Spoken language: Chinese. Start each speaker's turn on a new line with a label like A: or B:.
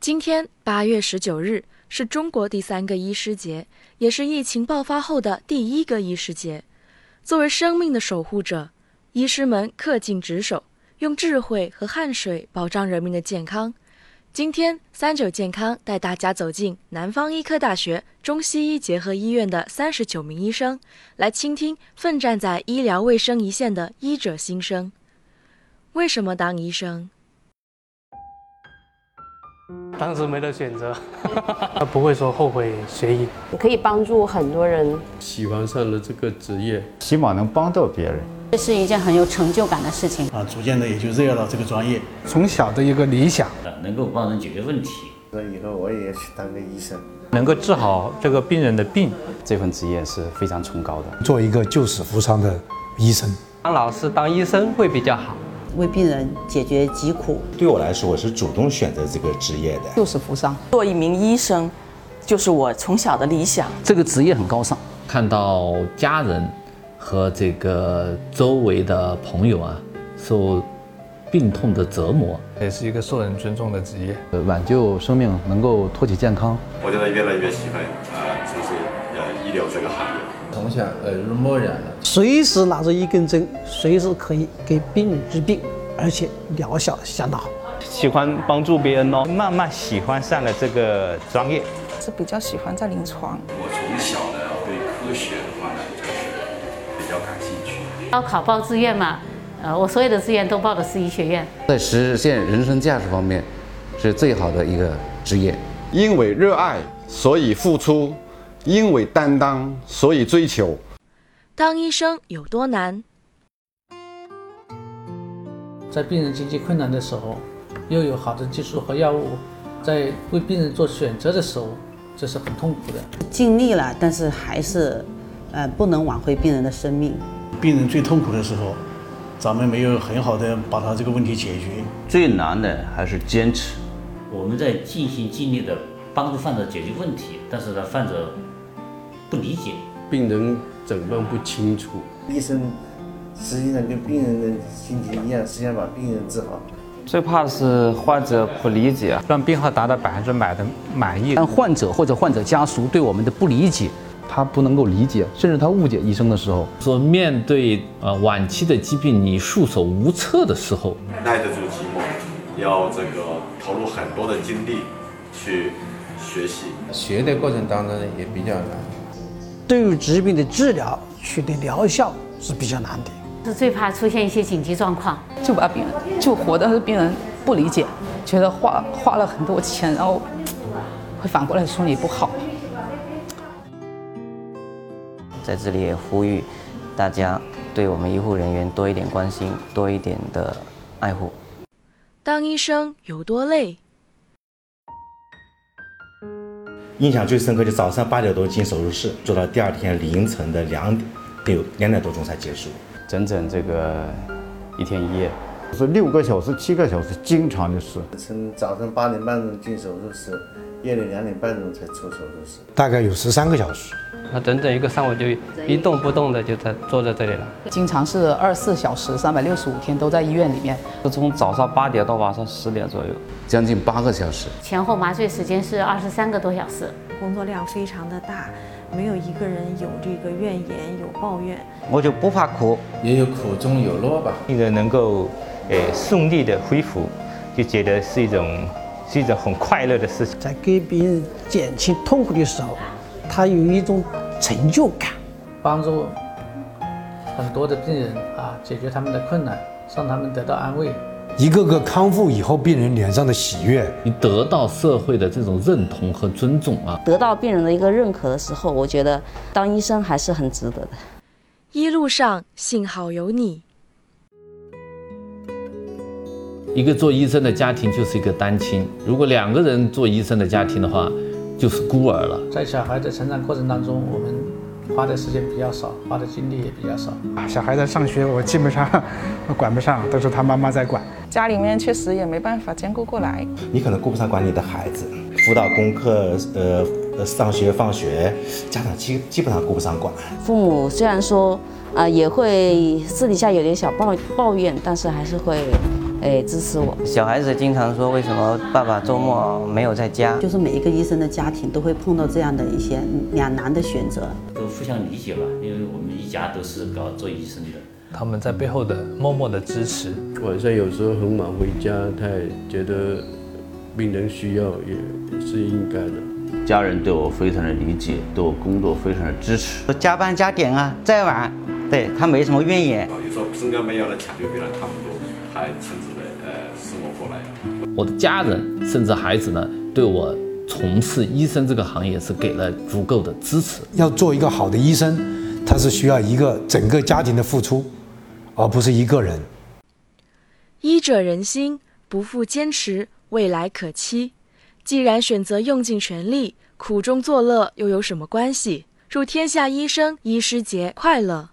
A: 今天八月十九日是中国第三个医师节，也是疫情爆发后的第一个医师节。作为生命的守护者，医师们恪尽职守，用智慧和汗水保障人民的健康。今天，三九健康带大家走进南方医科大学中西医结合医院的三十九名医生，来倾听奋战在医疗卫生一线的医者心声。为什么当医生？
B: 当时没得选 择，不会说后悔学医。
C: 可以帮助很多人，
D: 喜欢上了这个职业，
E: 起码能帮到别人。
F: 这是一件很有成就感的事情。
G: 啊，逐渐的也就热爱了这个专业。
H: 从小的一个理想，
I: 能够帮人解决问题。
J: 那以后我也去当个医生，
K: 能够治好这个病人的病，
L: 这份职业是非常崇高的。
M: 做一个救死扶伤的医生，
N: 当老师、当医生会比较好。
O: 为病人解决疾苦，
P: 对我来说，我是主动选择这个职业的，
Q: 救死扶伤。
R: 做一名医生，就是我从小的理想。
S: 这个职业很高尚，
T: 看到家人和这个周围的朋友啊，受病痛的折磨，
F: 也是一个受人尊重的职业，
A: 呃挽救生命，能够托起健康。
D: 我觉得越来越喜欢啊，就是呃医疗这个行业。
E: 从小耳濡目染了，
B: 随时拿着一根针，随时可以给病人治病，而且疗效相当好。
G: 喜欢帮助别人哦，慢慢喜欢上了这个专业，
P: 是比较喜欢在临床。
U: 我从小呢对科学的话呢就是比较感兴趣。
F: 高考报志愿嘛，呃，我所有的志愿都报的是医学院。
L: 在实现人生价值方面，是最好的一个职业。
V: 因为热爱，所以付出。因为担当，所以追求。
A: 当医生有多难？
W: 在病人经济困难的时候，又有好的技术和药物，在为病人做选择的时候，这是很痛苦的。
O: 尽力了，但是还是，呃，不能挽回病人的生命。
G: 病人最痛苦的时候，咱们没有很好的把他这个问题解决。
E: 最难的还是坚持。
I: 我们在尽心尽力的帮助患者解决问题，但是呢，患者。不理解，
D: 病人诊断不清楚。
J: 医生实际上跟病人的心情一样，是想把病人治好。
E: 最怕的是患者不理解，
K: 让病号达到百分之百的满意。
S: 但患者或者患者家属对我们的不理解，
A: 他不能够理解，甚至他误解医生的时候，
T: 说面对呃晚期的疾病，你束手无策的时候，
D: 耐得住寂寞，要这个投入很多的精力去学习。
E: 学的过程当中也比较难。
B: 对于疾病的治疗取得疗效是比较难的，
F: 是最怕出现一些紧急状况，
P: 救把病人救活，但是病人不理解，觉得花花了很多钱，然后会反过来说你不好。
L: 在这里也呼吁大家对我们医护人员多一点关心，多一点的爱护。
A: 当医生有多累？
D: 印象最深刻就早上八点多进手术室，做到第二天凌晨的两点六两点多钟才结束，
L: 整整这个一天一夜，
E: 是六个小时、七个小时，经常的事。
J: 从早上八点半钟进手术室，夜里两点半钟才出手术室，
M: 大概有十三个小时。
N: 那整整一个上午就一动不动的就在坐在这里了，
P: 经常是二十四小时、三百六十五天都在医院里面，
E: 是从早上八点到晚上十点左右，
L: 将近八个小时，
F: 前后麻醉时间是二十三个多小时，
X: 工作量非常的大，没有一个人有这个怨言、有抱怨。
E: 我就不怕苦，
L: 也有苦中有乐吧。
G: 病人能够，呃，顺利的恢复，就觉得是一种是一种很快乐的事情。
B: 在给别人减轻痛苦的时候。他有一种成就感，
W: 帮助很多的病人啊，解决他们的困难，让他们得到安慰。
M: 一个个康复以后，病人脸上的喜悦，
T: 你得到社会的这种认同和尊重啊，
F: 得到病人的一个认可的时候，我觉得当医生还是很值得的。
A: 一路上幸好有你。
T: 一个做医生的家庭就是一个单亲，如果两个人做医生的家庭的话。就是孤儿了。
W: 在小孩的成长过程当中，我们花的时间比较少，花的精力也比较少。啊，
H: 小孩在上学，我基本上管不上，都是他妈妈在管。
P: 家里面确实也没办法兼顾过来，
D: 你可能顾不上管你的孩子，辅导功课，呃，呃上学放学，家长基基本上顾不上管。
C: 父母虽然说啊、呃也会私底下有点小抱抱怨，但是还是会诶支持我。
L: 小孩子经常说为什么爸爸周末没有在家？
C: 就是每一个医生的家庭都会碰到这样的一些嗯两难的选择。
I: 都互相理解吧，因为我们一家都是搞做医生的。
Q: 他们在背后的默默的支持。
R: 晚上有时候很晚回家，他也觉得病人需要也是应该的。
U: 家人对我非常的理解，对我工作非常的支持。
Y: 说加班加点啊，再晚，对他没什么怨言。
Z: 哦有时候身高没有了抢救别人，他们都还亲自来呃送我过来啊。
T: 我的家人甚至孩子呢，对我从事医生这个行业是给了足够的支持。
M: 要做一个好的医生，他是需要一个整个家庭的付出，而不是一个人。
A: 医者仁心，不负坚持，未来可期。既然选择用尽全力，苦中作乐又有什么关系？祝天下医生医师节快乐！